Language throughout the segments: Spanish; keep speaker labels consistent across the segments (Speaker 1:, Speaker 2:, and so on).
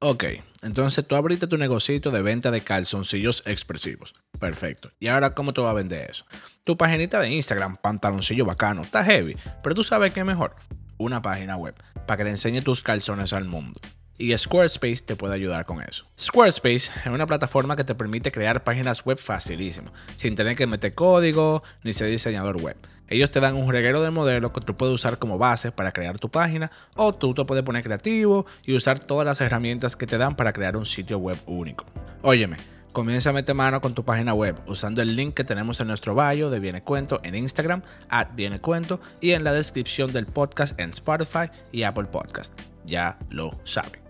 Speaker 1: Ok, entonces tú abriste tu negocito de venta de calzoncillos expresivos. Perfecto. ¿Y ahora cómo te va a vender eso? Tu paginita de Instagram, pantaloncillo bacano, está heavy, pero tú sabes qué es mejor. Una página web para que le enseñe tus calzones al mundo. Y Squarespace te puede ayudar con eso. Squarespace es una plataforma que te permite crear páginas web facilísimo, sin tener que meter código ni ser diseñador web. Ellos te dan un reguero de modelo que tú puedes usar como base para crear tu página o tú te puedes poner creativo y usar todas las herramientas que te dan para crear un sitio web único. Óyeme, comienza a meter mano con tu página web usando el link que tenemos en nuestro bio de Viene Cuento en Instagram, at Viene Cuento y en la descripción del podcast en Spotify y Apple Podcast. Ya lo saben.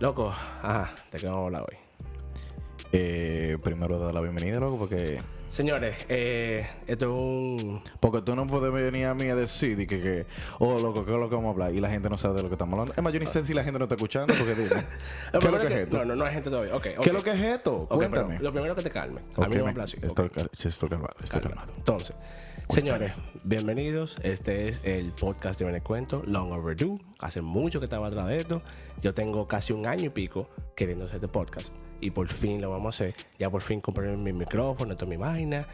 Speaker 2: Loco, ajá, te queremos hablar hoy.
Speaker 3: Eh, primero dar la bienvenida, loco, porque.
Speaker 2: Señores, eh, esto es un.
Speaker 3: Porque tú no puedes venir a mí a decir y que, que, oh, loco, ¿qué es lo que vamos a hablar? Y la gente no sabe de lo que estamos hablando. Es más, yo
Speaker 2: Ah.
Speaker 3: ni sé si la gente no está escuchando, porque dime.
Speaker 2: Lo
Speaker 3: ¿Qué es lo
Speaker 2: primero
Speaker 3: que es
Speaker 2: que-
Speaker 3: esto?
Speaker 2: No, no, no hay gente todavía. Ok, ok.
Speaker 3: ¿Qué es lo que es esto?
Speaker 2: Ok, pero
Speaker 3: Cuéntame.
Speaker 2: Lo primero que te calme. a
Speaker 3: Ok,
Speaker 2: mí no me
Speaker 3: me-
Speaker 2: habla así.
Speaker 3: Estoy,
Speaker 2: Ok,
Speaker 3: cal- estoy calmado, estoy calmado.
Speaker 2: Entonces, señores, bienvenidos. Este es el podcast de Ven el Cuento, Long Overdue. Hace mucho que estaba atrás de esto. Yo tengo casi un año y pico queriendo hacer este podcast. Y por fin lo vamos a hacer. Ya por fin compré mi micrófono, esto es mi vaina.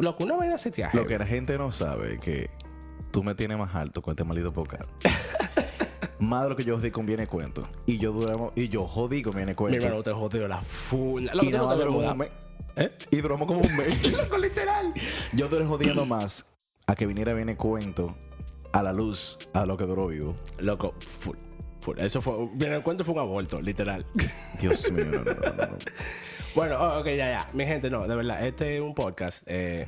Speaker 2: Lo que una vaina se te hace.
Speaker 3: Lo que la gente no sabe es que tú me tienes más alto con este maldito podcast. más de lo que yo jodí conviene cuento. Y yo duramos, y yo jodí conviene
Speaker 2: Mi
Speaker 3: cuento.
Speaker 2: hermano, te jodió la funda. Lo
Speaker 3: y
Speaker 2: que
Speaker 3: nada
Speaker 2: no te voy a
Speaker 3: más duramos
Speaker 2: mudar.
Speaker 3: un mes.
Speaker 2: ¿Eh?
Speaker 3: Y duramos como un mes.
Speaker 2: Loco, literal.
Speaker 3: Yo duré jodiendo más a que viniera bien el cuento a la luz a lo que duró vivo.
Speaker 2: Loco, full. full. Eso fue. un- Bien, el cuento fue un aborto, literal.
Speaker 3: Dios mío, no, no, no, no, no.
Speaker 2: bueno, oh, ok, ya, ya. Mi gente, no, de verdad, este es un podcast. eh,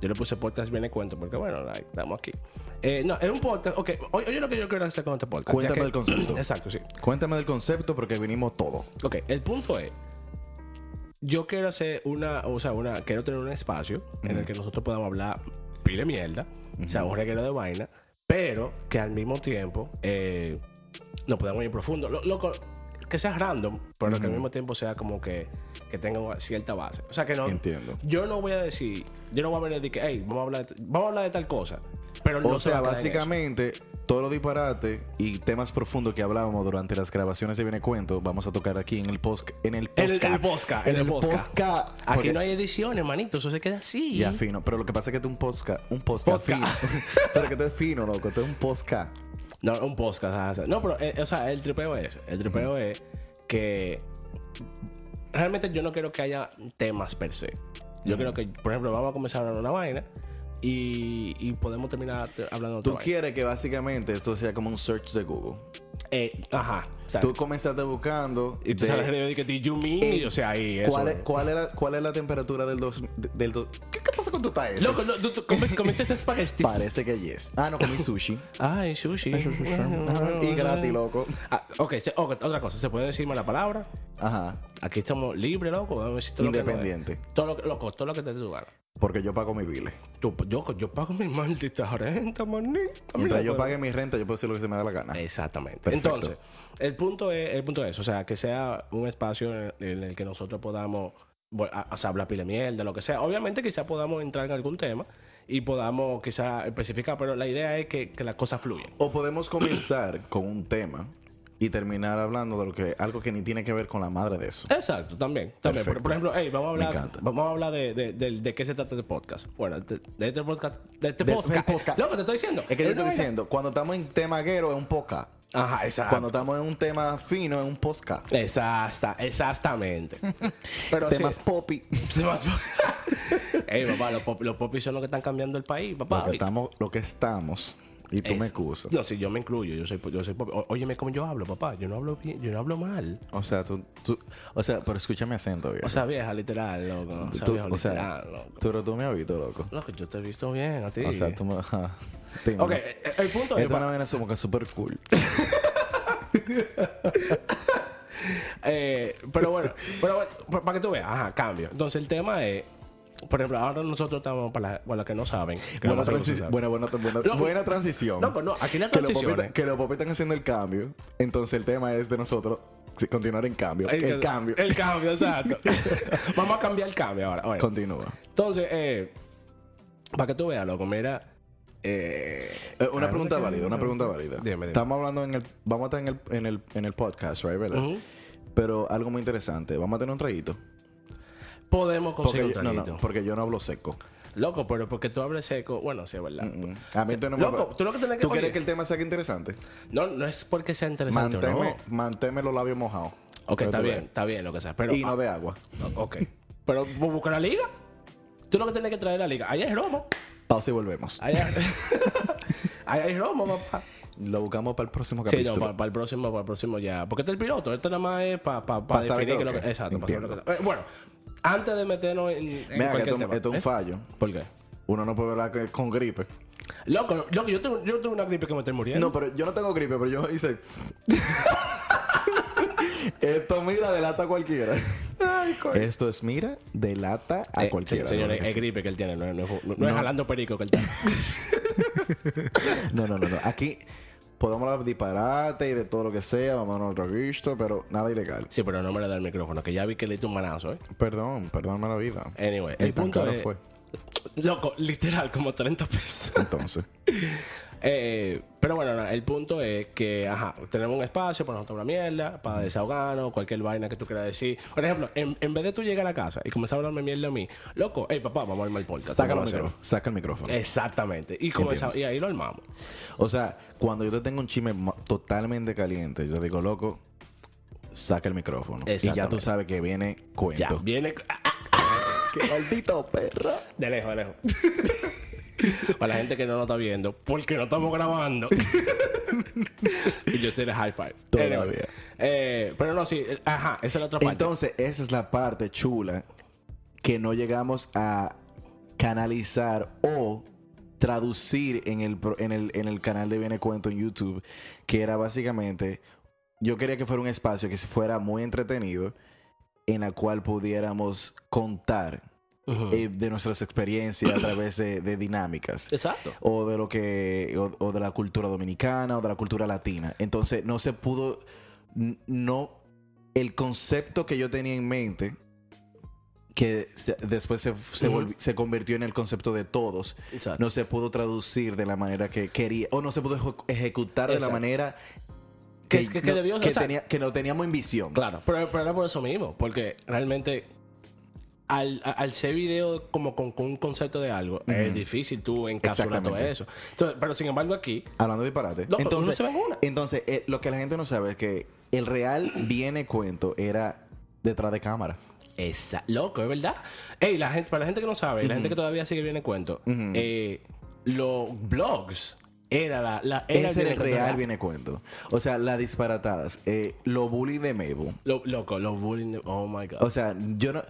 Speaker 2: yo le puse podcast bien el cuento porque, bueno, like, estamos aquí. Eh, no, es un podcast. Ok, oye, oye lo que yo quiero hacer con este podcast. ya
Speaker 3: Cuéntame
Speaker 2: que-
Speaker 3: el concepto.
Speaker 2: Exacto, sí.
Speaker 3: Cuéntame del concepto porque vinimos todo.
Speaker 2: Ok, el punto es. Yo quiero hacer una, o sea, una, quiero tener un espacio en el que nosotros podamos hablar pile mierda, o sea, un reguero de vaina, pero que al mismo tiempo eh, nos podamos ir profundo. Lo, loco, que sea random, pero que al mismo tiempo sea como que, que tenga una cierta base. O sea, que no.
Speaker 3: Entiendo.
Speaker 2: Yo no voy a decir, yo no voy a venir a decir que, hey, vamos a hablar de, vamos a hablar de tal cosa. Pero no
Speaker 3: O
Speaker 2: se va
Speaker 3: sea,
Speaker 2: a quedar en eso.
Speaker 3: básicamente, todos los disparates y temas profundos que hablábamos durante las grabaciones de Viene Cuento, vamos a tocar aquí en el post en el
Speaker 2: En el-
Speaker 3: podcast.
Speaker 2: el podcast,
Speaker 3: En
Speaker 2: en el
Speaker 3: el
Speaker 2: podcast.
Speaker 3: podcast.
Speaker 2: Aquí
Speaker 3: Porque-
Speaker 2: no hay ediciones, manito, eso se queda así.
Speaker 3: Ya fino. Pero lo que pasa es que tú un podcast, un podcast fino.
Speaker 2: Podcast.
Speaker 3: pero que tú es fino, loco. Tú es un podcast.
Speaker 2: No, un podcast. ajá, o sea, No, pero, eh, o sea, el tripeo es. El tripeo es que. Realmente yo no quiero que haya temas per se. Yo creo que, por ejemplo, vamos a comenzar a hablar de una vaina y, y podemos terminar te- hablando de otra
Speaker 3: Tú
Speaker 2: vaina.
Speaker 3: quieres que básicamente esto sea como un search de Google.
Speaker 2: Eh, ajá. O sea,
Speaker 3: Tú comenzaste buscando.
Speaker 2: y tú
Speaker 3: de-
Speaker 2: sabes, yo dije, "Did you mean?"
Speaker 3: Ey,
Speaker 2: Y, o sea, ahí eso.
Speaker 3: ¿Cuál, es, cuál, es la, ¿Cuál es la temperatura del... Dos, de- del dos- ¿Qué, qué pasa con tu taza?
Speaker 2: Loco, no, tú, tú comi- comiste ese espagueti.
Speaker 3: Parece que yes. Ah, no, comí sushi.
Speaker 2: Ay, sushi.
Speaker 3: y gratis, loco.
Speaker 2: Ah, ok, se- ok, otra cosa. ¿Se puede decirme la palabra?
Speaker 3: Ajá.
Speaker 2: Aquí estamos libres, loco. Vamos a decir todo lo que no es.
Speaker 3: Independiente.
Speaker 2: Todo lo que- loco, todo lo que te dé tu gana.
Speaker 3: Porque yo pago mis biles.
Speaker 2: Tú- yo, yo pago mi maldita renta, manito.
Speaker 3: Mientras
Speaker 2: Mira,
Speaker 3: yo
Speaker 2: pues.
Speaker 3: pague mi renta, yo puedo decir lo que se me da la gana.
Speaker 2: Exactamente.
Speaker 3: Perfecto.
Speaker 2: Entonces, el punto, es, el punto es, o sea, que sea un espacio en, en el que nosotros podamos bueno, a- o sea, hablar pile mierda, lo que sea. Obviamente quizás podamos entrar en algún tema y podamos quizás especificar, pero la idea es que, que las cosas fluyan.
Speaker 3: O podemos comenzar con un tema y terminar hablando de lo que algo que ni tiene que ver con la madre de eso.
Speaker 2: Exacto, también. también. Por,
Speaker 3: Perfecto.
Speaker 2: por ejemplo, hey, vamos a
Speaker 3: Me
Speaker 2: hablar,
Speaker 3: encanta.
Speaker 2: vamos a hablar de, de, de- de qué se trata este podcast. Bueno, de, de este podcast. De este
Speaker 3: De-
Speaker 2: podcast.
Speaker 3: del podcast.
Speaker 2: Loco, te estoy diciendo.
Speaker 3: Es que yo
Speaker 2: una
Speaker 3: estoy
Speaker 2: vaina.
Speaker 3: diciendo, cuando estamos en tema guero es un poca.
Speaker 2: Ajá, exacto.
Speaker 3: Cuando estamos en un tema fino es un posca.
Speaker 2: Exacta, exactamente. Pero sí.
Speaker 3: Temas poppy.
Speaker 2: temas- Ey, papá, los, pop- los popis son los que están cambiando el país, papá.
Speaker 3: Lo que estamos, lo que estamos. Y tú
Speaker 2: Es-
Speaker 3: me excusas.
Speaker 2: No, si yo me incluyo, yo soy, yo soy popi. O- Óyeme cómo yo hablo, papá. Yo no hablo bien, yo no hablo mal.
Speaker 3: O sea, tú, tú- o sea, pero escucha mi acento, viejo.
Speaker 2: O sea, vieja, literal, loco. O sea,
Speaker 3: tú,
Speaker 2: vieja,
Speaker 3: o sea,
Speaker 2: literal, loco.
Speaker 3: tú, pero tú me has visto, loco.
Speaker 2: Loco, yo te he visto bien a ti.
Speaker 3: O sea, tú me... ajá. Tímido.
Speaker 2: Ok, eh, el punto
Speaker 3: Esta
Speaker 2: es...
Speaker 3: es una
Speaker 2: pa-
Speaker 3: vaina como que súper cool.
Speaker 2: eh, Pero bueno, pero bueno, pa- para que tú veas, ajá, cambio. Entonces el tema es, por ejemplo, ahora nosotros estamos para la- para los que no saben. que
Speaker 3: Buena,
Speaker 2: nosotros
Speaker 3: transi-
Speaker 2: no sabemos.
Speaker 3: buena, buena, buena,
Speaker 2: No,
Speaker 3: buena transición.
Speaker 2: No, pues no, aquí la
Speaker 3: que los
Speaker 2: transición.
Speaker 3: popis- que los popis están haciendo el cambio. Entonces el tema es de nosotros sí, continuar en cambio. El, cambio.
Speaker 2: El cambio, exacto. Vamos a cambiar el cambio ahora. Bueno,
Speaker 3: Continúa.
Speaker 2: Entonces, eh, para que tú veas, loco, mira. Eh,
Speaker 3: Eh, una
Speaker 2: ah, no sé
Speaker 3: pregunta
Speaker 2: qué-
Speaker 3: válida, una pregunta válida.
Speaker 2: Dime, dime.
Speaker 3: Estamos hablando en el. Vamos a estar en el, en el, en el podcast, right, ¿verdad?
Speaker 2: Ujú.
Speaker 3: Pero algo muy interesante. Vamos a tener un traguito.
Speaker 2: Podemos conseguir
Speaker 3: Porque
Speaker 2: un
Speaker 3: yo, no,
Speaker 2: traguito.
Speaker 3: no, porque yo no hablo seco.
Speaker 2: Loco, pero porque tú hables seco. Bueno, sí, es verdad.
Speaker 3: Mm. A mí tú no me-
Speaker 2: Loco, tú lo que tienes que-
Speaker 3: ¿Tú quieres
Speaker 2: oye.
Speaker 3: que el tema sea interesante?
Speaker 2: No, no es porque sea interesante
Speaker 3: Manténme,
Speaker 2: o no.
Speaker 3: manténme los labios mojados.
Speaker 2: Ok,
Speaker 3: Pero
Speaker 2: está
Speaker 3: tú
Speaker 2: bien,
Speaker 3: ves.
Speaker 2: está bien lo que sea. Pero, ah.
Speaker 3: y no de agua.
Speaker 2: Ok. Pero bu- busca la liga. Tú lo que tienes que traer la liga. Allá es romo.
Speaker 3: Pausa y volvemos.
Speaker 2: Allá, allá es romo, papá.
Speaker 3: Lo buscamos para el próximo
Speaker 2: Sí,
Speaker 3: capítulo.
Speaker 2: no, para, el próximo, para el próximo ya. Porque este es el piloto. Esto nada más es para
Speaker 3: Pa' saber
Speaker 2: definir
Speaker 3: qué
Speaker 2: que
Speaker 3: es
Speaker 2: lo
Speaker 3: lo
Speaker 2: que.
Speaker 3: que es.
Speaker 2: Exacto, para saber lo
Speaker 3: Entiendo.
Speaker 2: que es. Eh, Bueno, antes de meternos en. en
Speaker 3: Mira, que
Speaker 2: cualquier
Speaker 3: esto,
Speaker 2: tema,
Speaker 3: esto es
Speaker 2: ¿eh?
Speaker 3: un fallo.
Speaker 2: ¿Por qué?
Speaker 3: Uno no puede hablar con- con gripe.
Speaker 2: Loco, loco, yo tengo, yo tengo una gripe que me estoy muriendo.
Speaker 3: No, pero yo no tengo gripe, pero yo hice. Esto mira, delata a cualquiera. Esto es mira, delata a
Speaker 2: Eh,
Speaker 3: cualquiera.
Speaker 2: se- Señores,
Speaker 3: ¿no?
Speaker 2: es gripe que él tiene. No, no, no- no es jalando perico que él tiene.
Speaker 3: No, no, no, no. Aquí podemos hablar de disparate y de todo lo que sea, vamos a otro visto, pero nada ilegal.
Speaker 2: Sí, pero no me le da el micrófono, que ya vi que le diste un manazo, ¿eh?
Speaker 3: Perdón, perdón, mala vida.
Speaker 2: Anyway,
Speaker 3: Ni
Speaker 2: el
Speaker 3: tan
Speaker 2: punto
Speaker 3: caro
Speaker 2: es-
Speaker 3: fue.
Speaker 2: Loco, literal, como 30 pesos.
Speaker 3: Entonces,
Speaker 2: Eh, pero bueno, nada, el punto es que, ajá, tenemos un espacio para nosotros la mierda, para desahogarnos, cualquier vaina que tú quieras decir. Por ejemplo, en, en vez de tú llegar a la casa y comenzar a hablarme mierda a mí, loco, hey papá, vamos a armar el podcast.
Speaker 3: saca, el
Speaker 2: vamos a Eh. hacerlo.
Speaker 3: micrófono, saca el micrófono.
Speaker 2: Exactamente. Y, comenzamos, y ahí lo armamos.
Speaker 3: O sea, cuando yo te tengo un chisme mo- totalmente caliente, yo digo, loco, saca el micrófono. Y ya tú
Speaker 2: Exactamente.
Speaker 3: sabes que viene
Speaker 2: Ya,
Speaker 3: cuento.
Speaker 2: viene. ah, ah,
Speaker 3: ¡Qué maldito perro!
Speaker 2: de lejos, de lejos. para la gente que no nos está viendo, porque no estamos grabando. y yo estoy de high five.
Speaker 3: Todavía.
Speaker 2: Anyway, eh, pero no, sí, eh, ajá, esa es la otra parte.
Speaker 3: Entonces, esa es la parte chula que no llegamos a canalizar o traducir en el, pro- en el, en el canal de Viene Cuento en YouTube, que era básicamente, yo quería que fuera un espacio que fuera muy entretenido, en la cual pudiéramos contar
Speaker 2: Ujú.
Speaker 3: eh, de nuestras experiencias a través de, de dinámicas.
Speaker 2: Exacto.
Speaker 3: O de lo que. O, o de la cultura dominicana o de la cultura latina. Entonces, no se pudo. n- No. El concepto que yo tenía en mente. Que se- después se, se
Speaker 2: Ujú.
Speaker 3: volvi- se convirtió en el concepto de todos.
Speaker 2: Exacto.
Speaker 3: No se pudo traducir de la manera que quería. O no se pudo ejecu- ejecutar de
Speaker 2: Exacto.
Speaker 3: la manera.
Speaker 2: Que es- que- que
Speaker 3: no-
Speaker 2: debió- o sea-
Speaker 3: tenía- que lo teníamos en visión.
Speaker 2: Claro, pero, pero era por eso mismo, porque realmente al, a- al ser video como con, con un concepto de algo, es difícil tú encapsular todo
Speaker 3: Exactamente.
Speaker 2: eso. Entonces, pero sin embargo aquí,
Speaker 3: Hablando de disparate.
Speaker 2: Loco, uno
Speaker 3: entonces,
Speaker 2: se va en una.
Speaker 3: entonces eh, lo que la gente no sabe es que el real viene cuento era detrás de cámara.
Speaker 2: esa, loco, es verdad. Ey, la gente, para la gente que no sabe, y la gente que todavía sigue bien el cuento, eh, los blogs era la... la era
Speaker 3: Ese era el
Speaker 2: cuento
Speaker 3: real
Speaker 2: real.
Speaker 3: viene cuento. O sea, las disparatadas. eh, lo bullying de Mabel.
Speaker 2: Lo- loco, los bullying, de- oh my god.
Speaker 3: O sea, yo no.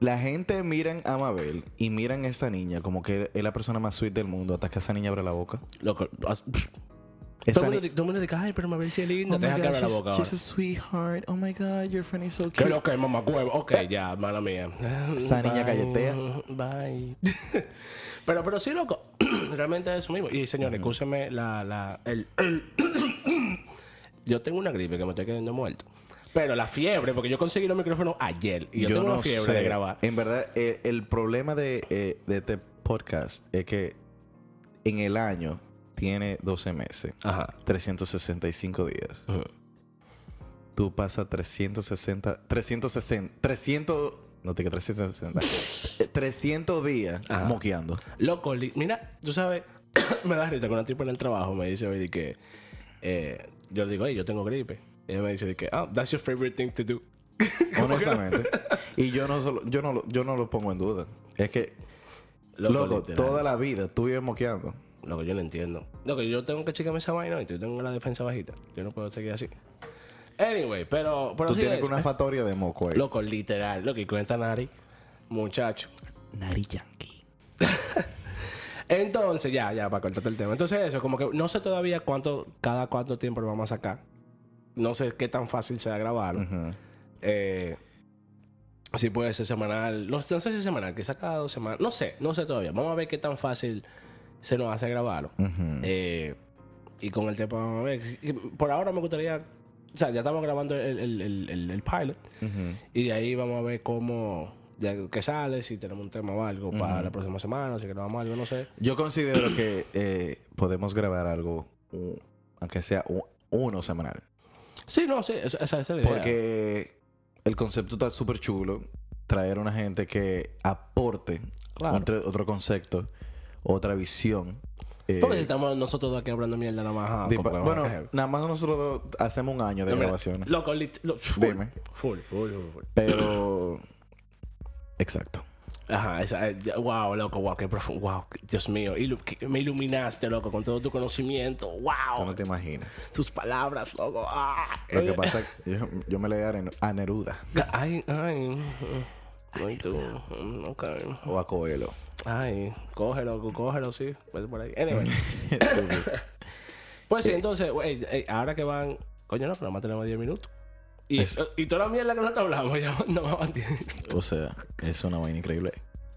Speaker 3: La gente miran a Mabel y miran a esta niña como que es la persona más sweet del mundo hasta que esa niña abre la boca.
Speaker 2: Loco, as- todo
Speaker 3: Esa
Speaker 2: el mundo
Speaker 3: ni-
Speaker 2: di- todo el mundo dice, ay, pero Mabel sí es linda,
Speaker 3: Oh
Speaker 2: te
Speaker 3: my
Speaker 2: deja que
Speaker 3: God,
Speaker 2: abra la
Speaker 3: she's-
Speaker 2: boca
Speaker 3: she's
Speaker 2: ahora.
Speaker 3: a sweetheart. Oh my God, your friend is so
Speaker 2: Que
Speaker 3: cute.
Speaker 2: lo que mamá huevo. Ok, ya, mala mía.
Speaker 3: Esa niña
Speaker 2: Bye,
Speaker 3: galletea.
Speaker 2: Bye. pero, pero sí, loco. Realmente es eso mismo. Y señores, escúcheme la, la, el, el- yo tengo una gripe que me estoy quedando muerto. Pero la fiebre, porque yo conseguí los micrófonos ayer. Y yo, tengo una fiebre
Speaker 3: sé.
Speaker 2: de grabar.
Speaker 3: En verdad, eh, el problema de, eh, de este podcast es que en el año tiene 12 meses,
Speaker 2: Ajá.
Speaker 3: 365 días.
Speaker 2: Ujú.
Speaker 3: Tú pasas 360, 360, 300, no te digo 360, eh, 300 días
Speaker 2: Ajá.
Speaker 3: moqueando.
Speaker 2: Loco, li- mira, tú sabes, me da risa con una tipa en el trabajo. Me dice hoy de que. eh, yo le digo, hey, yo tengo gripe. Y ella me dice de que, ah, that's your favorite thing to do.
Speaker 3: Honestamente. y yo no, solo- yo, no lo, yo no lo pongo en duda. Es que, loco,
Speaker 2: literal.
Speaker 3: toda la vida tú vives moqueando.
Speaker 2: Lo que yo no entiendo. Lo que yo tengo que chequearme esa vaina y yo tengo la defensa bajita. Yo no puedo seguir así. Anyway, pero, pero
Speaker 3: Tú
Speaker 2: sí
Speaker 3: tienes
Speaker 2: es.
Speaker 3: una factoría de moco ahí.
Speaker 2: Loco, literal, lo que cuenta Nari. Muchacho.
Speaker 3: Nari Yankee.
Speaker 2: Entonces, ya, ya, para cortarte el tema. Entonces, eso, como que no sé todavía cuánto, cada cuánto tiempo lo vamos a sacar. No sé qué tan fácil sea grabarlo. eh, si puede ser semanal. No, no sé si es semanal, quizá cada dos semanas. No sé, no sé todavía. Vamos a ver qué tan fácil se nos hace grabarlo.
Speaker 3: Ujú.
Speaker 2: Eh, y con el tema, vamos a ver. Por ahora me gustaría. O sea, ya estamos grabando el, el- el- el- el pilot.
Speaker 3: Ujú.
Speaker 2: Y de ahí vamos a ver cómo. Ya que sale, si tenemos un tema o algo para la próxima semana, si grabamos algo, no sé.
Speaker 3: Yo considero que eh, podemos grabar algo, un- aunque sea un- uno semanal.
Speaker 2: Sí, no, sí, esa, esa- esa es la idea.
Speaker 3: Porque el concepto está súper chulo. Traer a una gente que aporte
Speaker 2: Claro.
Speaker 3: otro, otro concepto, otra visión. eh,
Speaker 2: Porque si estamos nosotros dos aquí hablando mierda nada más. ah,
Speaker 3: de-
Speaker 2: como que vamos a
Speaker 3: bueno,
Speaker 2: caer.
Speaker 3: nada más nosotros dos hacemos un año de
Speaker 2: No, mira,
Speaker 3: grabaciones.
Speaker 2: Loco, lit- lo- full,
Speaker 3: Dime.
Speaker 2: Full, full, full, full.
Speaker 3: Pero. Exacto.
Speaker 2: Ajá, esa, eh, ya- wow, loco, wow, qué profundo. Wow, Dios mío, ilu- que- me iluminaste, loco, con todo tu conocimiento.
Speaker 3: Tú
Speaker 2: Wow,
Speaker 3: no te imaginas.
Speaker 2: tus palabras, loco. Ah,
Speaker 3: Lo
Speaker 2: eh,
Speaker 3: que pasa es que yo, yo me leí a Ner- a Neruda
Speaker 2: Ay, ay. Ay, tú. mm, Ok.
Speaker 3: o a Coelho.
Speaker 2: Ay, cógelo, cu- cógelo, sí. Pues por ahí. Anyway. pues sí, entonces, güey, eh, ahora que van. Coño, no, pero nada más tenemos 10 minutos. Y, eh,
Speaker 3: Es-
Speaker 2: y toda la mierda que nosotros hablamos, ya no vamos a tener.
Speaker 3: O sea, es una vaina increíble.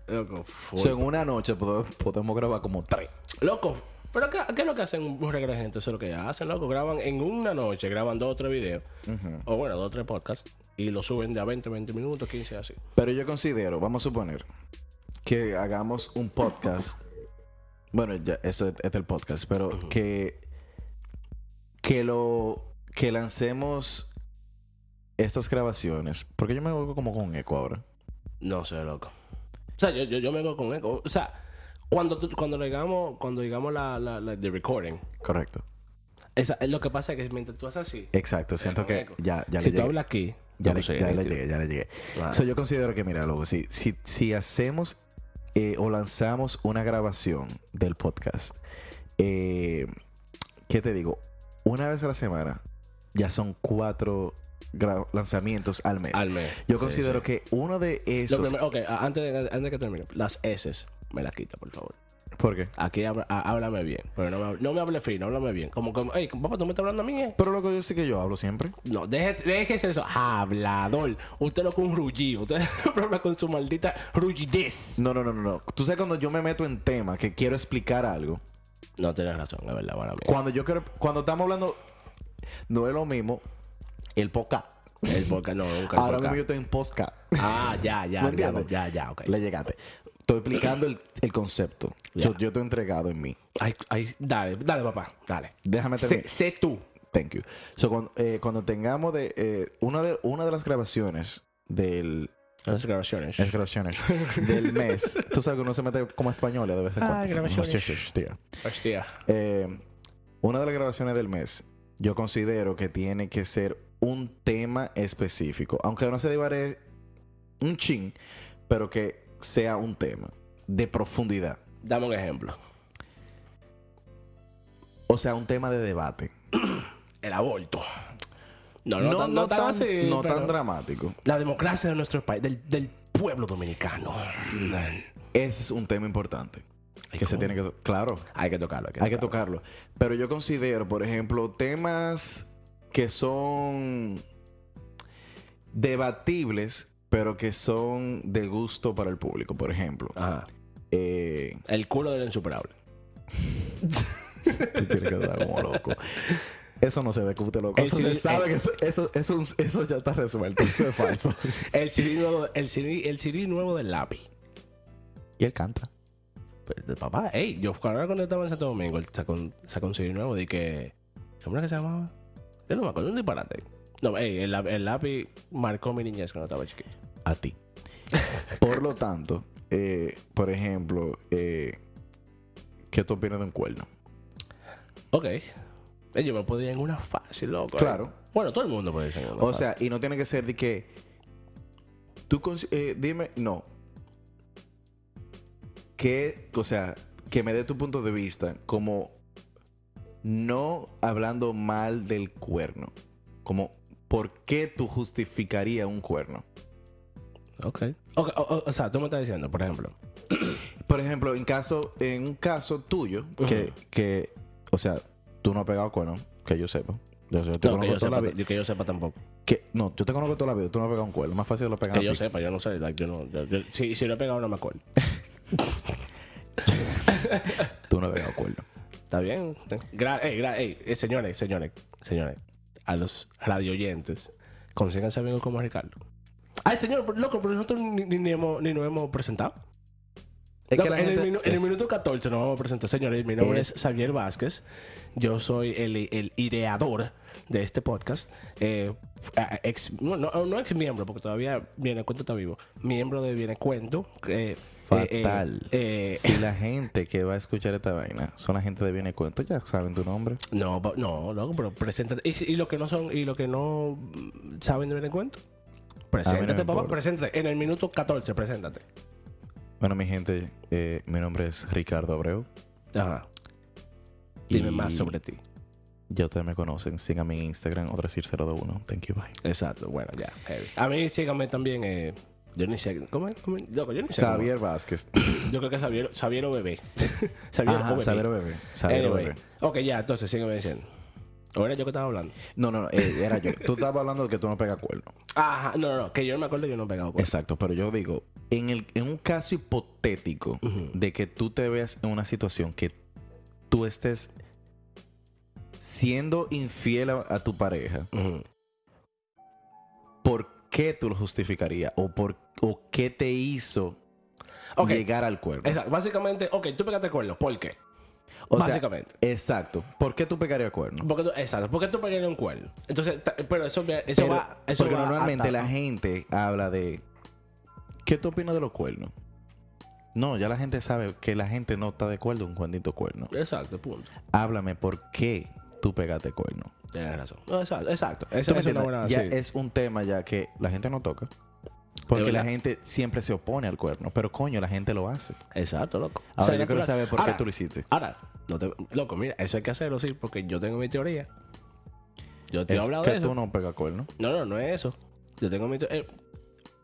Speaker 2: Loco, full.
Speaker 3: O sea, en una noche pod- podemos grabar como tres.
Speaker 2: Loco, pero qué, qué es lo que hacen un regreso de gente? Eso es lo que hacen, loco. Graban en una noche, graban dos o tres videos. O bueno, dos o tres podcasts. Y lo suben de a 20, 20 minutos, 15, así.
Speaker 3: Pero yo considero, vamos a suponer, que hagamos un podcast. Bueno, ya, eso es, es el podcast, pero que. Que lo. Que lancemos estas grabaciones. Porque yo me vuelvo como con eco ahora.
Speaker 2: No sé, loco. O sea, yo, yo, yo me voy con eco. O sea, cuando, tú- cuando digamos, cuando digamos la, la, la- the recording,
Speaker 3: Correcto.
Speaker 2: esa, es lo que pasa es que mientras tú haces así,
Speaker 3: Exacto. Siento
Speaker 2: con
Speaker 3: que
Speaker 2: eco.
Speaker 3: ya, ya
Speaker 2: si tú
Speaker 3: le llegué.
Speaker 2: hablas aquí,
Speaker 3: Ya,
Speaker 2: no
Speaker 3: le,
Speaker 2: sé,
Speaker 3: ya le
Speaker 2: nítido.
Speaker 3: llegué, ya le llegué.
Speaker 2: Claro.
Speaker 3: So, yo considero que, mira, loco, si, si, si hacemos eh, o lanzamos una grabación del podcast, eh, ¿qué te digo? Una vez a la semana ya son cuatro gra- lanzamientos al mes.
Speaker 2: al mes.
Speaker 3: yo
Speaker 2: Sí,
Speaker 3: considero
Speaker 2: sí.
Speaker 3: que uno de
Speaker 2: Lo
Speaker 3: esos...
Speaker 2: primero, ok, a- antes de, antes de que termine, las S me las quita, por favor.
Speaker 3: ¿Por qué?
Speaker 2: Aquí habla- a- háblame bien, pero no me, hable- no me hable fino, háblame bien. Como que, hey, papá, tú me estás hablando a mí, eh?
Speaker 3: Pero loco, yo sé que yo hablo siempre.
Speaker 2: No, deje- déjese eso. Hablador. Usted lo con rullido. Usted habla con su maldita rullidez.
Speaker 3: No, no, no, no, no. Tú sabes cuando yo me meto en tema, que quiero explicar algo.
Speaker 2: No tienes razón, es verdad, para mí.
Speaker 3: Cuando yo quiero... Cuando estamos hablando... No es lo mismo el podcast.
Speaker 2: El podcast, no, nunca. el
Speaker 3: Ahora
Speaker 2: podcast.
Speaker 3: mismo yo estoy en podcast.
Speaker 2: Ah, ya, ya,
Speaker 3: ¿Me
Speaker 2: ya,
Speaker 3: entiendes?
Speaker 2: ya, ya, ok.
Speaker 3: Le llegaste. Estoy explicando el, el concepto. Yo,
Speaker 2: Ya.
Speaker 3: yo te he entregado en mí.
Speaker 2: Ay, ay, dale, dale, papá, dale.
Speaker 3: Déjame
Speaker 2: Sé,
Speaker 3: terminar.
Speaker 2: sé tú.
Speaker 3: Thank you. So, cuando, eh, cuando tengamos de, eh, una de una de las grabaciones del
Speaker 2: Las grabaciones.
Speaker 3: las grabaciones del mes. Tú sabes que uno se mete como española de vez en
Speaker 2: Ah,
Speaker 3: cuando.
Speaker 2: grabaciones.
Speaker 3: Shh, shh, shh, tía.
Speaker 2: Hostia.
Speaker 3: Eh, una de las grabaciones del mes, yo considero que tiene que ser un tema específico. Aunque no se divare un chin, pero que sea un tema de profundidad.
Speaker 2: Dame un ejemplo.
Speaker 3: O sea, un tema de debate.
Speaker 2: El aborto. No, no, tan, no tan así,
Speaker 3: no tan
Speaker 2: pero-
Speaker 3: dramático.
Speaker 2: La democracia de nuestro país, del, del pueblo dominicano.
Speaker 3: Ese es un tema importante. Que se tiene que... to- Claro,
Speaker 2: Hay que tocarlo. Hay que
Speaker 3: hay que tocarlo. Pero yo considero, por ejemplo, temas que son debatibles, pero que son de gusto para el público. Por ejemplo,
Speaker 2: Ajá.
Speaker 3: eh,
Speaker 2: El culo del insuperable.
Speaker 3: tú tienes que estar como loco. Eso no se discute, loco.
Speaker 2: El eh,
Speaker 3: Eso
Speaker 2: civil-
Speaker 3: se sabe
Speaker 2: el-
Speaker 3: que eso, eso, eso, eso ya está resuelto. Eso es falso.
Speaker 2: El CD nuevo, el CD, el CD nuevo del lápiz.
Speaker 3: y él canta.
Speaker 2: Pero, Pues, de papá, ey, yo ahora cuando estaba en Santo Domingo, él sacó, un- sacó un CD nuevo de que. ¿Cómo era que se llamaba? Yo no me acuerdo, un disparate. No, ey, el, lap- el lápiz marcó mi niñez cuando estaba chiquito.
Speaker 3: a ti. Por lo tanto, eh, por ejemplo, eh, ¿qué tú opinas de un cuerno?
Speaker 2: Ok. Ey, yo me podía en una fácil, loco. eh.
Speaker 3: Claro.
Speaker 2: Bueno, todo el mundo puede ser en una
Speaker 3: O
Speaker 2: fácil.
Speaker 3: sea, y no tiene que ser de que tú cons- eh, dime, no. Que, o sea, que me dé tu punto de vista como no hablando mal del cuerno. Como, ¿por qué tú justificaría un cuerno?
Speaker 2: Ok. Ok, o, o- o sea, tú me estás diciendo, por ejemplo.
Speaker 3: Por ejemplo, en caso, en un caso tuyo,
Speaker 2: Ujú.
Speaker 3: que, que, o sea, tú no has pegado cuerno, que yo sepa. Yo, yo te
Speaker 2: No, que
Speaker 3: conozco
Speaker 2: yo,
Speaker 3: toda la
Speaker 2: sepa,
Speaker 3: vida.
Speaker 2: yo- que yo sepa tampoco.
Speaker 3: Que, no, yo te conozco toda la vida, tú no has pegado un cuerno. Más fácil lo pegas
Speaker 2: Que
Speaker 3: a
Speaker 2: yo
Speaker 3: ti.
Speaker 2: sepa, yo no sé. like, yo no, yo- yo- si, si lo he pegado, no me acuerdo.
Speaker 3: Tú no has pegado cuerno.
Speaker 2: Está bien. Gra- ey, gra- ey, eh, señores, señores, señores. A los radioyentes, consíganse amigos como Ricardo. Ay, señor, pero, loco, pero nosotros ni, ni- ni hemos- ni nos hemos presentado.
Speaker 3: Es que
Speaker 2: Loco,
Speaker 3: la
Speaker 2: en,
Speaker 3: gente-
Speaker 2: el minu- en el
Speaker 3: es-
Speaker 2: minuto 14 nos vamos a presentar, señores. Mi nombre
Speaker 3: Es-
Speaker 2: es Xavier Vázquez. Yo soy el, el ideador de este podcast. Eh, a- ex, no, no- no ex miembro, porque todavía Viene Cuento está vivo. Miembro de Viene Cuento. eh, eh, eh,
Speaker 3: Fatal.
Speaker 2: eh,
Speaker 3: si la gente que va a escuchar esta vaina son la gente de Viene Cuento, ya saben tu nombre.
Speaker 2: No, pa- no, loco, pero preséntate. Y, si- y lo que no son, y lo que no mm, saben de ver en cuento,
Speaker 3: A mí
Speaker 2: preséntate,
Speaker 3: no me
Speaker 2: papá,
Speaker 3: importa.
Speaker 2: preséntate. En el minuto 14, preséntate.
Speaker 3: Bueno, mi gente, eh, mi nombre es Ricardo Abreu.
Speaker 2: Ajá. Dime
Speaker 3: Y-
Speaker 2: más sobre ti.
Speaker 3: Ya ustedes me conocen. Síganme en Instagram, otra 021. Thank you, bye.
Speaker 2: Exacto, bueno, ya. heavy. A mí, síganme también. Eh, yo ni sé. ¿Cómo es? ¿Cómo es? Loco, yo ni sé. cómo es.
Speaker 3: Xavier Vázquez.
Speaker 2: Yo creo que Sabiero, Sabiero Bebé. Sabiero o
Speaker 3: Ajá,
Speaker 2: Bebé.
Speaker 3: Xavier Bebé. Xavier
Speaker 2: Anyway.
Speaker 3: Bebé.
Speaker 2: Ok, ya, entonces sígueme diciendo. Ahora yo que estaba hablando.
Speaker 3: No, no, no, eh, era yo. Tú estabas hablando de que tú no pegas cuerno.
Speaker 2: Ajá, no, no, no, que yo no me acuerdo, yo no he pegado pues. cuerno.
Speaker 3: Exacto, pero yo digo, en, el, en un caso hipotético de que tú te veas en una situación que tú estés siendo infiel a, a tu pareja,
Speaker 2: Ujú.
Speaker 3: ¿por qué tú lo justificarías? ¿O, por, o qué te hizo
Speaker 2: Ok.
Speaker 3: llegar al cuerno?
Speaker 2: Exacto, básicamente, ok, tú pegaste cuerno, ¿por qué?
Speaker 3: O sea,
Speaker 2: básicamente.
Speaker 3: exacto. ¿Por qué tú pegarías cuerno?
Speaker 2: Porque tú, exacto, porque tú pegas en un cuerno. Entonces, ta- pero eso, me- eso
Speaker 3: Pero-
Speaker 2: va. Eso
Speaker 3: porque
Speaker 2: va
Speaker 3: normalmente
Speaker 2: hasta-
Speaker 3: la gente habla de. ¿Qué tú opinas de los cuernos? No, ya la gente sabe que la gente no está de acuerdo con cuernito cuerno.
Speaker 2: Exacto, punto.
Speaker 3: Háblame por qué tú pegaste cuerno.
Speaker 2: Tienes razón. No, exacto, exacto. Esa
Speaker 3: ¿Tú me
Speaker 2: es una
Speaker 3: entiendes?
Speaker 2: buena.
Speaker 3: ya
Speaker 2: sí.
Speaker 3: es un tema ya que la gente no toca. Porque la
Speaker 2: verdad.
Speaker 3: gente siempre se opone al cuerno. Pero coño, la gente lo hace.
Speaker 2: Exacto, loco. O
Speaker 3: Ahora
Speaker 2: sea,
Speaker 3: yo quiero
Speaker 2: natural.
Speaker 3: saber por qué
Speaker 2: Ahora,
Speaker 3: tú lo hiciste.
Speaker 2: Ahora, no te- loco, mira, eso hay que hacerlo, sí, porque yo tengo mi teoría. Yo te he
Speaker 3: Es
Speaker 2: hablado
Speaker 3: que
Speaker 2: de eso.
Speaker 3: tú no pegas cuerno.
Speaker 2: No, no, no es eso. Yo tengo mi teoría.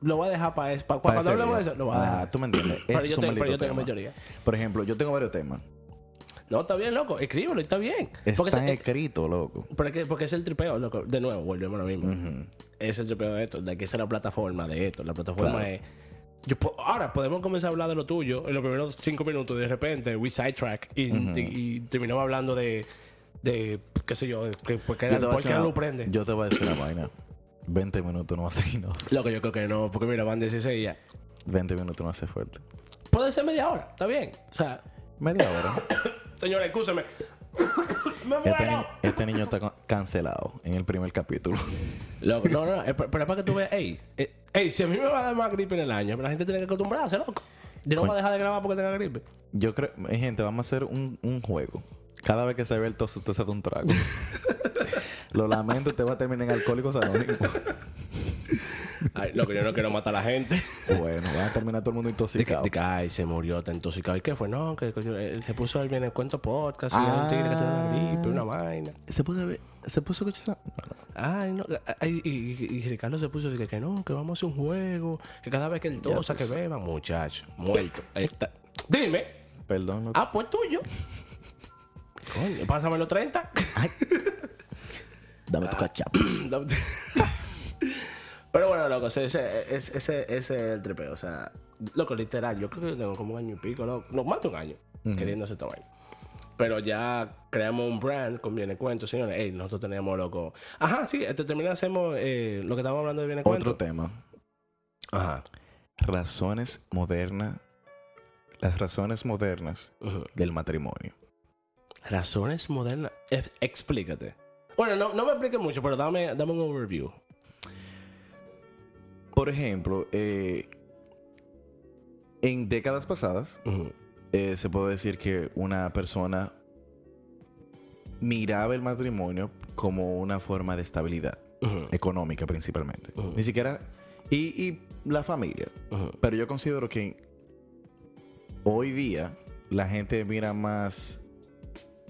Speaker 2: lo voy a dejar para eso.
Speaker 3: Para
Speaker 2: cuando
Speaker 3: ese
Speaker 2: hablemos de
Speaker 3: día.
Speaker 2: eso, lo voy a
Speaker 3: Ah,
Speaker 2: dejar.
Speaker 3: tú me entiendes.
Speaker 2: Pero
Speaker 3: Ese
Speaker 2: yo
Speaker 3: es un
Speaker 2: tengo- pero
Speaker 3: maldito
Speaker 2: yo tengo mi
Speaker 3: tema.
Speaker 2: teoría.
Speaker 3: Por ejemplo, yo tengo varios temas.
Speaker 2: No, está bien, loco. Escríbelo, y está bien. Porque
Speaker 3: Están
Speaker 2: se- eh,
Speaker 3: escritos, loco.
Speaker 2: Porque, porque es el tripeo, loco. De nuevo, volvemos a lo mismo. Es el tripeo de esto, de que esa es la plataforma de esto. La plataforma
Speaker 3: Claro.
Speaker 2: es. yo po- ahora podemos comenzar a hablar de lo tuyo en los primeros cinco minutos. De repente, we sidetrack y, y- y terminamos hablando de. de qué sé yo, de, que- porque
Speaker 3: Yo te voy a
Speaker 2: ¿por qué
Speaker 3: decir
Speaker 2: no
Speaker 3: una-
Speaker 2: lo prende.
Speaker 3: Yo te voy a decir una vaina. 20 minutos no hace no.
Speaker 2: Loco, yo creo que no, porque mira, van 16 ya.
Speaker 3: 20 minutos no hace fuerte.
Speaker 2: Puede ser media hora, está bien. O sea,
Speaker 3: Media hora.
Speaker 2: señora, escúcheme. ¡Me
Speaker 3: Este,
Speaker 2: muero!
Speaker 3: ni- este niño está con- cancelado en el primer capítulo.
Speaker 2: Loco, no, no, es pa- pero es para que tú veas, ey, eh, ey, si a mí me va a dar más gripe en el año, la gente tiene que acostumbrarse, loco. Yo no voy a dejar de grabar porque tenga gripe.
Speaker 3: Yo creo, eh, gente, vamos a hacer un, un juego. Cada vez que se ve el tos, usted se da un trago. Lo lamento, usted va a terminar en alcohólicos anónimos.
Speaker 2: Ay, loco, yo no quiero matar a la gente.
Speaker 3: Bueno, va a terminar todo el mundo
Speaker 2: De que,
Speaker 3: intoxicado.
Speaker 2: de que, ay, se murió, está intoxicado. ¿Y qué fue? No, que coño, él se puso el bien en cuento podcast. Y
Speaker 3: Ah.
Speaker 2: un tigre que tenía una gripe, una vaina.
Speaker 3: ¿Se puso, a ver- ¿Se puso cochiza?
Speaker 2: Ay, no. ay, y, y- y Ricardo se puso de que, que no, que vamos a hacer un juego. Que cada vez que él tosa, que beba, muchacho, muerto. Ahí está. Dime.
Speaker 3: Perdón. loco.
Speaker 2: Ah, pues tuyo. Coño, pásame los 30.
Speaker 3: Dame tu cachapa.
Speaker 2: Pero bueno, loco, ese, ese, ese, ese- ese es el tripeo. O sea, loco, literal, yo creo que yo tengo como un año y pico, loco. No, más de un año queriendo hacer esta vaina. Pero ya creamos un brand con Viene Cuento, señores. Ey, nosotros tenemos, loco. Ajá, sí, este termina hacemos eh, lo que estábamos hablando de Viene Cuento.
Speaker 3: Otro tema.
Speaker 2: Ajá.
Speaker 3: Razones modernas. Las razones modernas
Speaker 2: Ujú.
Speaker 3: del matrimonio.
Speaker 2: Razones modernas. Ex- explícate. Bueno, no, no me expliques mucho, pero dame, dame un overview.
Speaker 3: Por ejemplo, eh, en décadas pasadas
Speaker 2: Ujú.
Speaker 3: eh, se puede decir que una persona miraba el matrimonio como una forma de estabilidad
Speaker 2: Ujú.
Speaker 3: económica principalmente.
Speaker 2: Ujú.
Speaker 3: Ni siquiera... Y, y la familia.
Speaker 2: Ujú.
Speaker 3: Pero yo considero que hoy día la gente mira más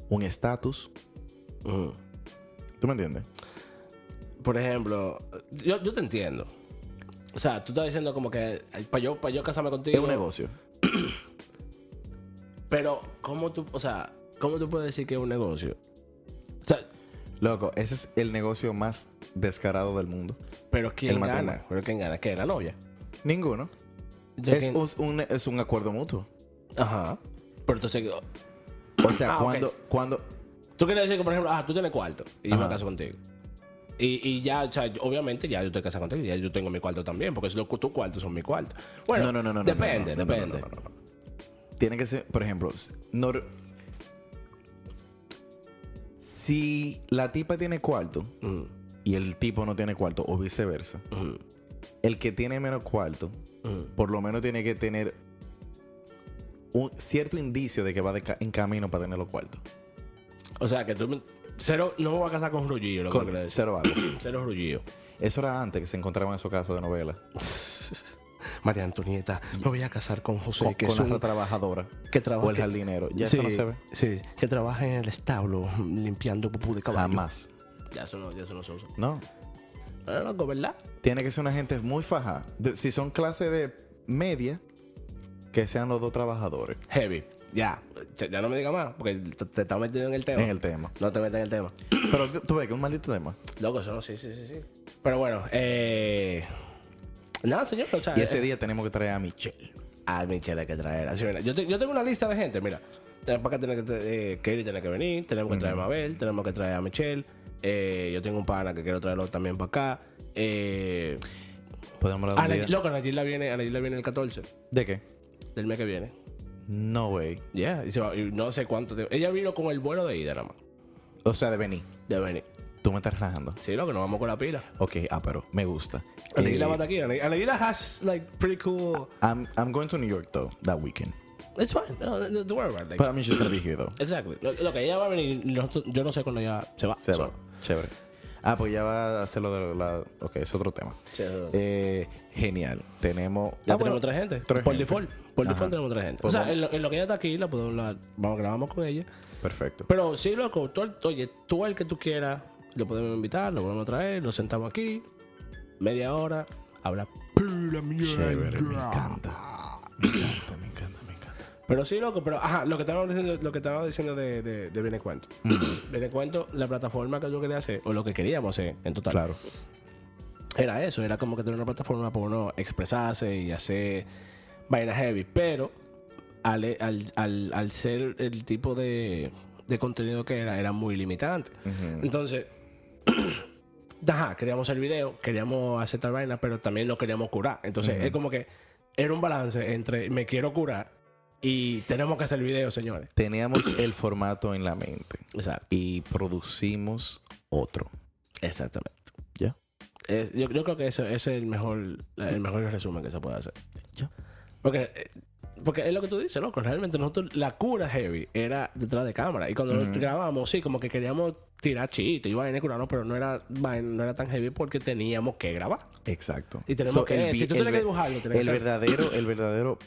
Speaker 3: un estatus.
Speaker 2: Ujú.
Speaker 3: ¿Tú me entiendes?
Speaker 2: por ejemplo, yo, yo te entiendo. O sea, tú estás diciendo como que para yo, pa' yo casarme contigo.
Speaker 3: Es un negocio.
Speaker 2: Pero, ¿cómo tú, o sea, cómo tú puedes decir que es un negocio? O sea,
Speaker 3: Loco, ese es el negocio más descarado del mundo.
Speaker 2: Pero ¿quién
Speaker 3: El
Speaker 2: gana?
Speaker 3: matrimonio.
Speaker 2: Pero ¿quién gana? ¿Qué? ¿La novia?
Speaker 3: Ninguno.
Speaker 2: Yo
Speaker 3: Es
Speaker 2: quién-
Speaker 3: un, un- es un acuerdo mutuo.
Speaker 2: Ajá. Pero entonces,
Speaker 3: O sea,
Speaker 2: Ah, ok.
Speaker 3: cuando, cuando.
Speaker 2: tú quieres decir que, por ejemplo, ah, tú tienes cuarto y yo me
Speaker 3: Ajá.
Speaker 2: caso contigo. Y, y ya, o sea, yo- obviamente ya yo te casas contigo y ya yo tengo mi cuarto también, porque si lo- tus cuartos son mi cuarto. Bueno,
Speaker 3: no, no, no, no. no,
Speaker 2: depende,
Speaker 3: no, no, no,
Speaker 2: depende.
Speaker 3: no, no, no, no. Tiene que ser, por ejemplo, s- nor- si la tipa tiene cuarto
Speaker 2: Ujú,
Speaker 3: y el tipo no tiene cuarto, o viceversa,
Speaker 2: ujú,
Speaker 3: el que tiene menos cuarto,
Speaker 2: ujú.
Speaker 3: por lo menos tiene que tener un cierto indicio de que va de ca- en camino para tener los cuartos.
Speaker 2: O sea, que tú... me- Cero, no me voy a casar con Rullillo, lo que
Speaker 3: Con-
Speaker 2: me quieres decir.
Speaker 3: cero algo.
Speaker 2: Cero Rullillo.
Speaker 3: Eso era antes que se encontraban esos casos de novelas.
Speaker 2: María Antonieta, me voy a casar con José,
Speaker 3: con
Speaker 2: que
Speaker 3: con
Speaker 2: es
Speaker 3: la
Speaker 2: un-
Speaker 3: trabajadora
Speaker 2: que trabaja...
Speaker 3: o el
Speaker 2: que-
Speaker 3: jardinero. Ya eso no se ve.
Speaker 2: Sí, que trabaja en el establo limpiando pupú de caballo.
Speaker 3: Jamás.
Speaker 2: Ya eso no, ya eso no se usa.
Speaker 3: No.
Speaker 2: Pero loco, ¿verdad?
Speaker 3: Tiene que ser una gente muy faja. De- si son clases de media, que sean los dos trabajadores
Speaker 2: Heavy. Ya, ya ya no me digas más, porque te, te estás metiendo en el tema.
Speaker 3: en el tema.
Speaker 2: No te metas en el tema.
Speaker 3: Pero tú ves que es un maldito tema.
Speaker 2: Loco, eso no, sí, sí, sí, sí. Pero bueno, eh... Nada, señor, o sea,
Speaker 3: Y ese
Speaker 2: eh,
Speaker 3: día tenemos que traer a Michelle.
Speaker 2: Ah, Michelle, hay que traer. Así, mira, yo, te- yo tengo una lista de gente, mira. Tenemos que tener que traer- eh, Kelly tiene que venir, tenemos que traer a Mabel, tenemos que traer a Michelle. Eh, yo tengo un pana que quiero traerlo también para acá. Eh,
Speaker 3: Podemos
Speaker 2: ah,
Speaker 3: hablar de
Speaker 2: Nay- loco, Nayila viene, a Nayila viene el 14
Speaker 3: ¿De qué?
Speaker 2: del mes que viene.
Speaker 3: No way.
Speaker 2: Yeah, y se va- y no sé cuánto tiempo. Ella vino con el vuelo de ida nada más.
Speaker 3: O sea, de venir.
Speaker 2: De venir.
Speaker 3: Tú me estás relajando.
Speaker 2: Sí, loco, nos vamos con la pila.
Speaker 3: Ok, ah, pero me gusta.
Speaker 2: Nayila
Speaker 3: Eh,
Speaker 2: va a estar aquí. Nay- Nayila has, like, pretty cool.
Speaker 3: I'm, I'm going to New York though that weekend.
Speaker 2: It's fine. No, no, don't worry about it. like,
Speaker 3: But I mean she's gonna be here though.
Speaker 2: exactly. Lo, lo que ella va a venir, nosotros- yo no sé cuándo ella se va.
Speaker 3: Se
Speaker 2: So,
Speaker 3: va. Chévere. Ah, pues ya va a hacer lo de la. Ok, es otro tema.
Speaker 2: sí, eso-
Speaker 3: Eh, genial. Tenemos.
Speaker 2: Ya
Speaker 3: Ah, bueno,
Speaker 2: tenemos otra gente.
Speaker 3: tres
Speaker 2: por
Speaker 3: gente.
Speaker 2: default. Por
Speaker 3: Ajá.
Speaker 2: default tenemos otra gente. o
Speaker 3: Pues
Speaker 2: sea,
Speaker 3: vamos.
Speaker 2: en lo, en lo que ella está aquí, la podemos hablar. Vamos, grabamos con ella.
Speaker 3: Perfecto.
Speaker 2: Pero sí, loco, tú, al- oye, tú al que tú quieras, lo podemos invitar, lo podemos traer, nos sentamos aquí, media hora, habla pura
Speaker 3: Chévere, me
Speaker 2: mierda.
Speaker 3: encanta. Me encanta, me encanta, me encanta.
Speaker 2: Pero sí, loco, pero ajá, lo que estábamos diciendo, lo que estábamos diciendo de, de, de Viene Cuento. Viene Cuento, la plataforma que yo quería hacer, o lo que queríamos hacer en total,
Speaker 3: Claro.
Speaker 2: era eso, era como que tener una plataforma para uno expresarse y hacer vainas heavy, pero al, al, al, al ser el tipo de, de contenido que era, era muy limitante. Entonces, ajá, queríamos el video, queríamos hacer tal vaina, pero también lo queríamos curar. Entonces,
Speaker 3: Ujú.
Speaker 2: es como que era un balance entre me quiero curar y tenemos que hacer el video, señores.
Speaker 3: Teníamos el formato en la mente
Speaker 2: Exacto.
Speaker 3: y producimos otro.
Speaker 2: Exactamente.
Speaker 3: Ya.
Speaker 2: Es- yo, yo creo que eso, ese es el mejor, el mejor resumen que se puede hacer.
Speaker 3: Ya.
Speaker 2: Porque, eh, porque es lo que tú dices, loco. Realmente nosotros, la cura heavy era detrás de cámara. Y cuando
Speaker 3: Ujú.
Speaker 2: grabamos, sí, como que queríamos tirar chiste y vaina y curarnos, pero no era, vaina- no era tan heavy porque teníamos que grabar.
Speaker 3: Exacto.
Speaker 2: Y tenemos que- eh,
Speaker 3: vi-
Speaker 2: si tú tienes
Speaker 3: ve-
Speaker 2: que dibujarlo, tienes que
Speaker 3: el
Speaker 2: hacer-
Speaker 3: verdadero, el verdadero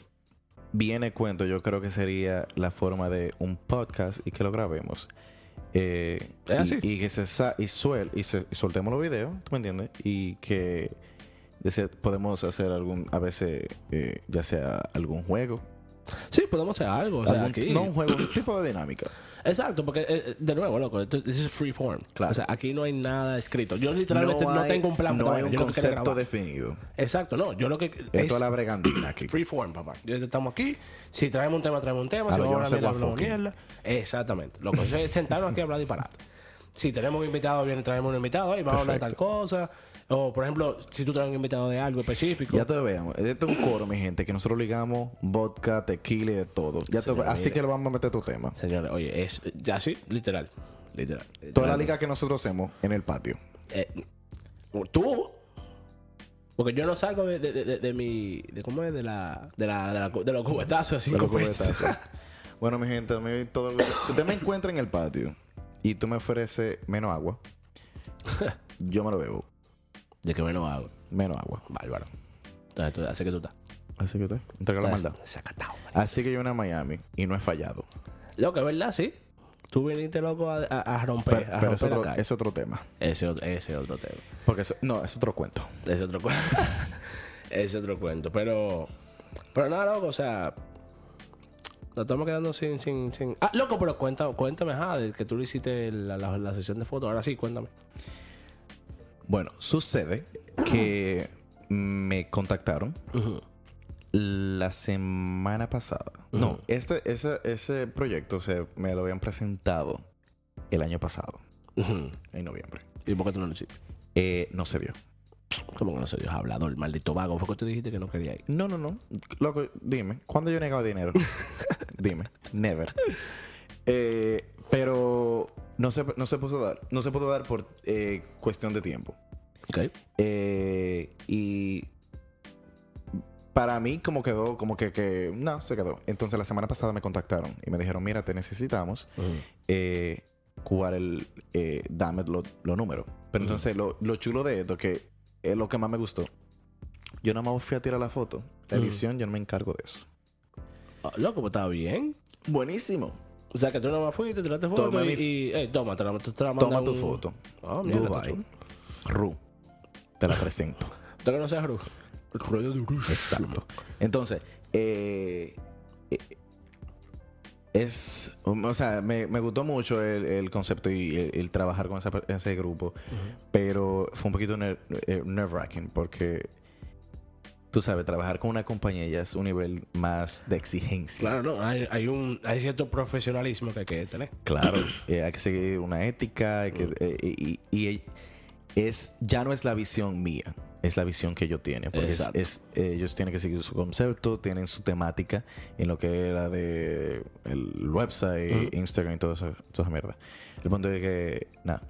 Speaker 3: viene cuento, yo creo que sería la forma de un podcast y que lo grabemos. Eh,
Speaker 2: Es
Speaker 3: y-
Speaker 2: así.
Speaker 3: Y, que se sa- y, suel, y, se- y soltemos los videos, ¿tú me entiendes? Y que dese- podemos hacer algún, a veces, eh, ya sea algún juego.
Speaker 2: Sí, podemos hacer algo. O sea,
Speaker 3: algún-
Speaker 2: aquí-
Speaker 3: No un juego, un tipo de dinámica.
Speaker 2: Exacto, porque eh, de nuevo, loco, esto es free form.
Speaker 3: Claro.
Speaker 2: O sea, aquí no hay nada escrito. Yo literalmente no,
Speaker 3: hay-
Speaker 2: tengo un plan.
Speaker 3: No
Speaker 2: para
Speaker 3: hay
Speaker 2: vaina,
Speaker 3: un
Speaker 2: yo lo que quiero es
Speaker 3: concepto
Speaker 2: grabar.
Speaker 3: definido.
Speaker 2: Exacto, no. Yo lo que.
Speaker 3: Esto es la brigandina aquí.
Speaker 2: free form, papá. Ya Estamos aquí. Si traemos un tema, traemos un tema.
Speaker 3: A
Speaker 2: Si
Speaker 3: lo
Speaker 2: vamos a
Speaker 3: John
Speaker 2: hablar mierda,
Speaker 3: Sebastian.
Speaker 2: hablamos mierda. Exactamente. Lo que es sentarnos aquí a hablar disparate. Si tenemos un invitado, viene, traemos un invitado y vamos a hablar de tal cosa. O, por ejemplo, si tú traes un invitado de algo específico.
Speaker 3: Ya te veamos. Este es un coro, mi gente, que nosotros ligamos vodka, tequila y de todo. Ya te-
Speaker 2: Señora,
Speaker 3: así
Speaker 2: mire.
Speaker 3: que le vamos a meter tu tema.
Speaker 2: Señores, oye, es ya sí, literal. Literal.
Speaker 3: Toda la liga que nosotros hacemos en el patio.
Speaker 2: Eh, tú. Porque yo no salgo de, de- de- de- de mi. De, ¿Cómo es? De la. De la. De, la, de los cubetazos así.
Speaker 3: De los
Speaker 2: como es.
Speaker 3: cubetazos. bueno, mi gente, a mí todo lo- si usted me encuentra en el patio y tú me ofreces menos agua, yo me lo bebo.
Speaker 2: De que menos hago.
Speaker 3: Menos agua.
Speaker 2: Bárbaro. Entonces, tú- Así que tú estás.
Speaker 3: Así que usted, entrega la maldad.
Speaker 2: Sacatao, man.
Speaker 3: Así que yo vine a Miami y no he fallado.
Speaker 2: Loco, es verdad, sí. Tú viniste loco a, a- a romper.
Speaker 3: Pero,
Speaker 2: a
Speaker 3: pero
Speaker 2: romper
Speaker 3: es,
Speaker 2: la
Speaker 3: otro,
Speaker 2: calle.
Speaker 3: es otro tema.
Speaker 2: Ese, otro, ese otro tema.
Speaker 3: Porque eso- no, es otro cuento.
Speaker 2: Ese otro cuento. ese otro cuento. Pero. Pero nada, loco, o sea. Nos estamos quedando sin, sin, sin. Ah, loco, pero cuéntame, cuéntame, ajá, de que tú le hiciste la, la, la sesión de fotos. Ahora sí, cuéntame.
Speaker 3: Bueno, sucede que me contactaron la semana pasada. No,
Speaker 2: Ujú.
Speaker 3: este, ese, ese proyecto se, me lo habían presentado el año pasado, en noviembre.
Speaker 2: ¿Y por qué tú no lo hiciste?
Speaker 3: Eh, no se dio.
Speaker 2: ¿Cómo que no se dio hablador, maldito vago? Fue que tú dijiste que no quería ir.
Speaker 3: No, no, no. Loco, dime. ¿Cuándo yo he negado dinero? dime. Never. Eh, pero no se, no se pudo dar. No se pudo dar por eh, cuestión de tiempo.
Speaker 2: Ok.
Speaker 3: Eh, y para mí como quedó, como que, que no, se quedó. Entonces la semana pasada me contactaron y me dijeron, mira, te necesitamos. Eh, cuál el, eh, dame los los números. Pero entonces lo, lo chulo de esto, que es lo que más me gustó. Yo nada más fui a tirar la foto. La
Speaker 2: Ujú.
Speaker 3: edición, yo no me encargo de eso.
Speaker 2: Ah, Loco, pues estaba bien.
Speaker 3: Buenísimo.
Speaker 2: O sea, que tú nomás fuiste, tiraste foto
Speaker 3: Toma
Speaker 2: y,
Speaker 3: mi-
Speaker 2: y, eh, toma, te la, te la
Speaker 3: Toma
Speaker 2: mandan
Speaker 3: tu
Speaker 2: un-
Speaker 3: foto.
Speaker 2: Ah, mira, está
Speaker 3: Goodbye.
Speaker 2: chulo.
Speaker 3: Ru. Te la presento.
Speaker 2: ¿Tú que no seas Ru? Rollo de Ru.
Speaker 3: Exacto. Entonces, eh, eh, es, o sea, me, me gustó mucho el, el concepto y el, el trabajar con esa per- ese grupo, pero fue un poquito nerve wracking porque, tú sabes, trabajar con una compañía ya es un nivel más de exigencia.
Speaker 2: Claro, no, hay, hay un, hay cierto profesionalismo que hay que tener.
Speaker 3: Claro, eh, hay que seguir una ética hay que- eh, y, y- y es ya no es la visión mía, es la visión que ellos tienen. Porque es-
Speaker 2: Exacto.
Speaker 3: es- eh, ellos tienen que seguir su concepto, tienen su temática en lo que era de el website, Instagram y toda esa, toda esa mierda. El punto es que, nada,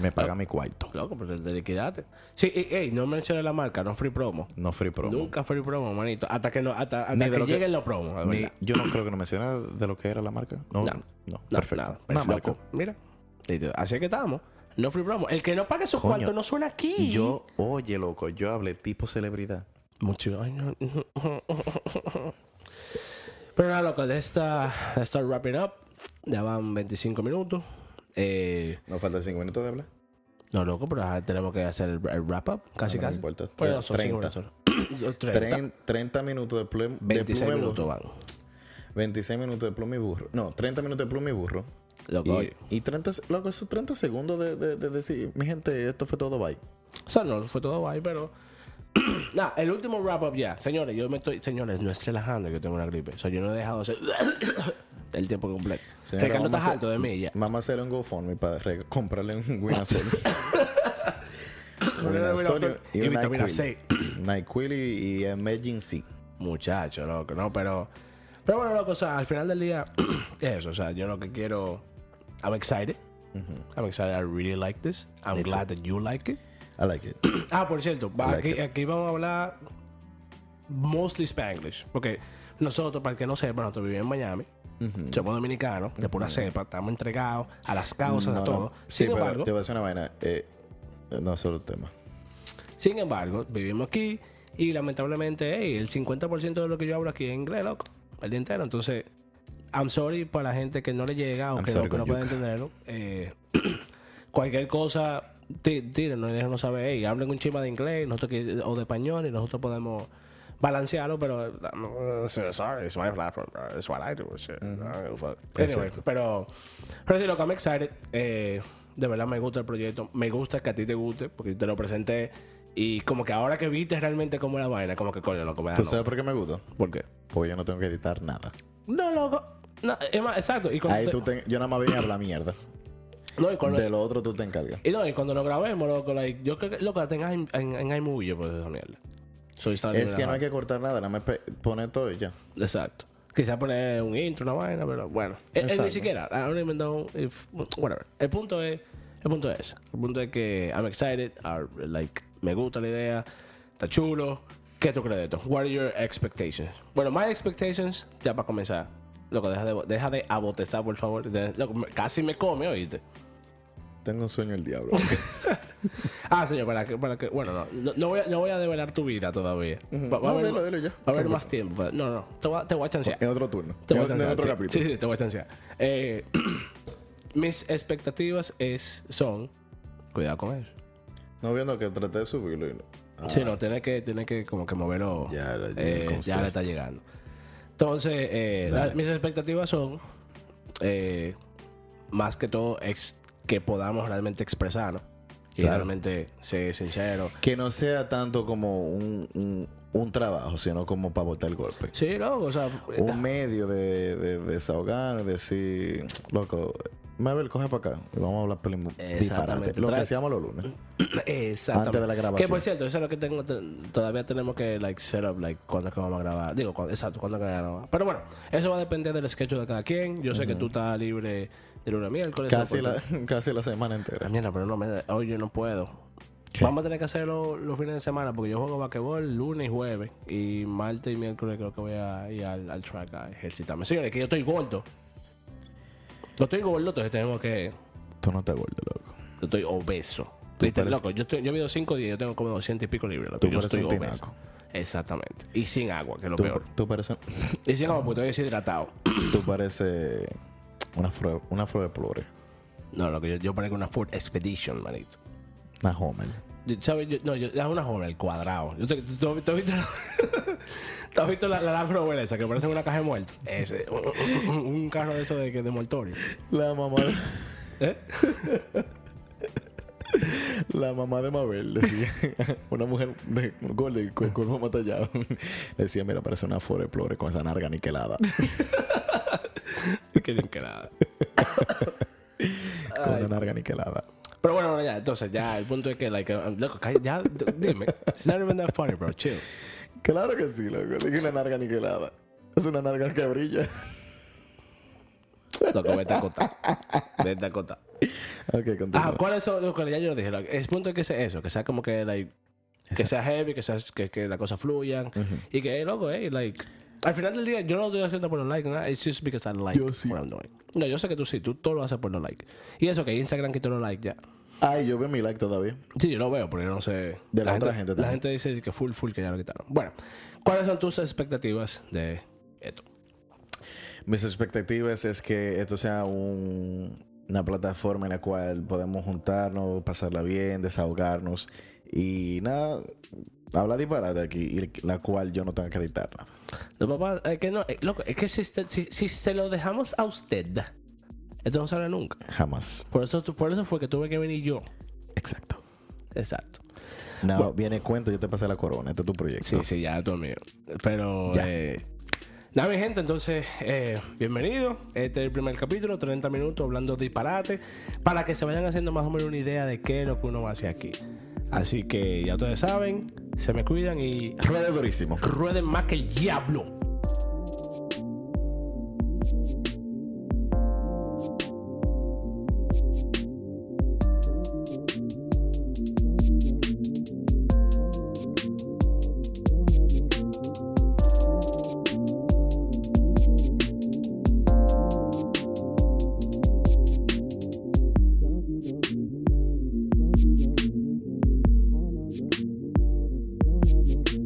Speaker 3: me
Speaker 2: Ah.
Speaker 3: paga mi cuarto,
Speaker 2: Loco, pero te liquidaste. Sí, y, ey, no mencioné la marca, no free promo.
Speaker 3: no free promo.
Speaker 2: Nunca free promo, manito. Hasta que no, hasta, hasta
Speaker 3: Ni de
Speaker 2: que
Speaker 3: lo que-
Speaker 2: lleguen los promos, de
Speaker 3: Ni-
Speaker 2: verdad.
Speaker 3: yo no creo que no menciona de lo que era la marca. No, no,
Speaker 2: No. No,
Speaker 3: perfecto.
Speaker 2: nada,
Speaker 3: Una
Speaker 2: perfecto.
Speaker 3: marca.
Speaker 2: Mira. Listo, Así es que estamos. No free promo. El que no pague su
Speaker 3: Coño.
Speaker 2: cuarto no suena aquí.
Speaker 3: Yo, oye, loco, yo hablé tipo celebridad.
Speaker 2: Mucho. ay, no. Pero nada, loco, de esta. De esta wrapping up. Ya van 25 minutos. Eh,
Speaker 3: Nos faltan cinco minutos de hablar.
Speaker 2: no, loco, pero ahora tenemos que hacer el, el wrap up. Casi,
Speaker 3: No, no me
Speaker 2: casi.
Speaker 3: importa.
Speaker 2: Bueno, no, son cinco
Speaker 3: 30.
Speaker 2: minutos. Son 30.
Speaker 3: Tren- 30 minutos de, plum, de
Speaker 2: 26
Speaker 3: pluma y
Speaker 2: minutos
Speaker 3: burro.
Speaker 2: van.
Speaker 3: 26 minutos de pluma y burro. No, 30 minutos de pluma y burro.
Speaker 2: Loco, oye.
Speaker 3: Y, y 30, se- loco, esos 30 segundos de, de- de decir, mi gente, esto fue todo, bye.
Speaker 2: O sea, no fue todo guay, pero. Nada, el último wrap up ya. Señores, yo me estoy. Señores, no es relajando que tengo una gripe. O sea, yo no he dejado de hacer. el tiempo completo.
Speaker 3: Señora,
Speaker 2: Ricardo,
Speaker 3: vamos
Speaker 2: estás
Speaker 3: a hacer-
Speaker 2: alto de mí ya.
Speaker 3: Vamos a hacer un GoFundMe para re- comprarle un Winasol.
Speaker 2: Un Winasol y
Speaker 3: un
Speaker 2: vitamina
Speaker 3: NyQuil.
Speaker 2: C.
Speaker 3: NyQuil y, y Emergency.
Speaker 2: Muchacho, loco, no, pero. Pero bueno, loco, o sea, al final del día, eso, o sea, yo lo que quiero. I'm excited. I'm excited. I really like this. I'm glad that you like it.
Speaker 3: I like it.
Speaker 2: Ah, por cierto, va-
Speaker 3: I like
Speaker 2: aquí,
Speaker 3: it.
Speaker 2: aquí vamos a hablar mostly Spanglish. Porque nosotros, para el que no sepa, nosotros vivimos en Miami. Somos dominicanos, de pura cepa, estamos entregados a las causas,
Speaker 3: No,
Speaker 2: a
Speaker 3: no.
Speaker 2: todo.
Speaker 3: Sí,
Speaker 2: Sin
Speaker 3: pero
Speaker 2: embargo,
Speaker 3: te voy a decir una vaina. eh, no, solo el tema.
Speaker 2: Sin embargo, vivimos aquí y lamentablemente hey, el 50% de lo que yo hablo aquí es inglés, loco. El día entero. Entonces, I'm sorry para la gente que no le llega o
Speaker 3: I'm
Speaker 2: que no,
Speaker 3: sorry,
Speaker 2: que no puede
Speaker 3: Gonyuka.
Speaker 2: entenderlo. Eh, cualquier cosa, tí- tírenos y déjenos saber. Hey, hablen un chima de inglés nosotros que- o de español y nosotros podemos balancearlo, pero... eh, Sorry, it's my platform, bro. It's what I do. shit. I don't give a fuck. Anyway,
Speaker 3: Exacto.
Speaker 2: pero... Pero sí, loco, I'm excited. Eh, de verdad me gusta el proyecto. Me gusta que a ti te guste, porque te lo presenté. Y como que ahora que viste realmente cómo era la vaina, como que coño, loco, me da
Speaker 3: ¿Tú
Speaker 2: Ah, no.
Speaker 3: sabes por qué me gusta?
Speaker 2: ¿Por qué?
Speaker 3: Porque yo no tengo que editar nada.
Speaker 2: No, loco. No, es más, exacto. Y cuando,
Speaker 3: Ahí
Speaker 2: te-
Speaker 3: tú te- yo nada más vine a hablar mierda.
Speaker 2: no, y cuando,
Speaker 3: De lo otro tú te encargas.
Speaker 2: y no, y cuando lo grabemos, loco, like, yo creo que lo que tengas en, en, en iMovie, pues esa mierda. Soy
Speaker 3: Es que no hay que cortar nada, nada más pe- poner todo y ya.
Speaker 2: Exacto. Quizás poner un intro, una vaina, pero bueno. Él, él ni
Speaker 3: Exacto.
Speaker 2: siquiera. I don't even know if. Whatever. El punto es. El punto es. El punto es que I'm excited. I, like, me gusta la idea. Está chulo. ¿Qué tú crees de esto? What are your expectations? Bueno, my expectations, ya para comenzar. Loco, deja de, deja de abotezar, por favor. De- loco, me- casi me come, oíste.
Speaker 3: Tengo un sueño el diablo.
Speaker 2: Ah, señor, para que. Para que bueno, no, no, no voy a, no voy a develar tu vida todavía. Va, va a
Speaker 3: No,
Speaker 2: haber-
Speaker 3: dilo, dilo ya.
Speaker 2: va a haber más tiempo. pero- No, no. Te voy a, te voy a chancear.
Speaker 3: en otro turno.
Speaker 2: Te
Speaker 3: en
Speaker 2: voy a
Speaker 3: otro, en
Speaker 2: chancear,
Speaker 3: otro
Speaker 2: sí.
Speaker 3: capítulo.
Speaker 2: Sí, sí, te voy a chancear. Eh, mis expectativas es, son. Cuidado con eso.
Speaker 3: No viendo que traté de subirlo y no.
Speaker 2: Si no, tienes que, tienes que como que moverlo.
Speaker 3: Ah. Ya, ya, ya,
Speaker 2: eh,
Speaker 3: el
Speaker 2: ya
Speaker 3: concepto.
Speaker 2: le está llegando. Entonces, eh, la- mis expectativas son. eh, más que todo, ex- que podamos realmente expresarnos. y
Speaker 3: Claro.
Speaker 2: realmente sé sincero.
Speaker 3: Que no sea tanto como un, un- un trabajo, sino como para botar el golpe.
Speaker 2: Sí, no, o sea,
Speaker 3: Un medio de, de, desahogar, decir, loco, Mabel, coge para acá y vamos a hablar pelín-
Speaker 2: Exactamente.
Speaker 3: disparate. Lo que
Speaker 2: Trae-
Speaker 3: hacíamos los lunes.
Speaker 2: Exactamente.
Speaker 3: Antes de la grabación.
Speaker 2: Que por cierto, eso es lo que tengo. te- Todavía tenemos que, like, set up, like, cuándo es que vamos a grabar. Digo, cuándo- exacto, cuándo es que grabamos. Pero bueno, eso va a depender del sketch de cada quien. Yo sé que tú estás libre de lunes a miércoles.
Speaker 3: Casi
Speaker 2: ¿no?
Speaker 3: la, casi la semana
Speaker 2: Ah,
Speaker 3: entera.
Speaker 2: mierda, pero no, me- hoy yo no puedo. Vamos a tener que hacerlo los fines de semana porque yo juego basquetbol lunes y jueves. Y martes y miércoles creo que voy a ir al, al track a ejercitarme. Señores, que yo estoy gordo. No estoy gordo, entonces tenemos que.
Speaker 3: Tú no te gordo, loco.
Speaker 2: Yo estoy obeso. Viste,
Speaker 3: pareces-
Speaker 2: loco, yo, estoy, yo mido 5 días, yo tengo como 200 y pico libras. loco,
Speaker 3: Tú
Speaker 2: yo
Speaker 3: pareces
Speaker 2: estoy
Speaker 3: un
Speaker 2: obeso.
Speaker 3: tinaco.
Speaker 2: Exactamente. Y sin agua, que es lo
Speaker 3: Tú,
Speaker 2: peor.
Speaker 3: tú pareces,
Speaker 2: Y sin agua, porque estoy deshidratado.
Speaker 3: tú pareces una, flor, una flor de flores.
Speaker 2: No, lo que yo, yo parezco una Ford Expedition, manito.
Speaker 3: Una Homer.
Speaker 2: Yo- ¿Sabes? Yo- no, yo, es una joven, el cuadrado. Yo te- tú- tú has visto- tú has visto- ¿Tú has visto la, la Land Rover esa que parece una caja de muertos? Ese, un, un- un carro de eso de, que- de mortorio.
Speaker 3: La mamá,
Speaker 2: ¿Eh?
Speaker 3: la mamá de Mabel decía, una mujer de gorda y con cuerpo matallado, decía, mira, parece una flor de flores con esa narga niquelada.
Speaker 2: Qué bien que nada.
Speaker 3: con una narga niquelada.
Speaker 2: Pero bueno, no, ya, entonces ya, el punto es que, like, um, loco, calla, ya, d- dime. It's not even that funny, bro, chill.
Speaker 3: Claro que sí, loco. Dije una narga niquelada. Es una narga que brilla.
Speaker 2: Loco, vete a contar. Vete a contar.
Speaker 3: ok, continúa.
Speaker 2: Ah, ¿cuáles son? Loco, ya yo lo dije. like, el punto es que sea eso, que sea como que, like, que sea heavy, que, sea, que, que las cosas fluyan. Y que, hey, loco, hey, like. Al final del día, yo no lo estoy haciendo por los likes, nada. It's just because I like
Speaker 3: Yo sí.
Speaker 2: what I'm doing. No, yo sé que tú sí, tú todo lo haces por los likes. Y eso que Instagram quitó los likes ya.
Speaker 3: Ay, yo veo mi like todavía.
Speaker 2: Sí, yo lo veo, pero yo no sé.
Speaker 3: De la otra gente
Speaker 2: gente La
Speaker 3: también.
Speaker 2: gente dice que full, full, que ya lo quitaron. Bueno, ¿cuáles son tus expectativas de esto?
Speaker 3: Mis expectativas es que esto sea un- una plataforma en la cual podemos juntarnos, pasarla bien, desahogarnos y nada, habla disparate aquí, y la cual yo no tengo que editar nada.
Speaker 2: Los papás, es que no, eh, loco, es que si, usted- si, si se lo dejamos a usted, esto no se habla nunca.
Speaker 3: Jamás.
Speaker 2: Por eso, tu- por eso fue que tuve que venir yo.
Speaker 3: Exacto.
Speaker 2: Exacto.
Speaker 3: No, viene cuento, yo te pasé la corona, este es tu
Speaker 2: Sí,
Speaker 3: proyecto.
Speaker 2: sí, ya todo mío. Pero,
Speaker 3: Ya.
Speaker 2: eh, nada, mi gente, entonces, eh, bienvenido. Este es el primer capítulo, 30 minutos hablando disparate, para que se vayan haciendo más o menos una idea de qué es lo que uno va a hacer aquí. Así que ya ustedes saben, se me cuidan y
Speaker 3: Ruede durísimo.
Speaker 2: rueden más que el diablo.
Speaker 4: Don't you know that? Don't you know that? Don't you know that? Don't you know that?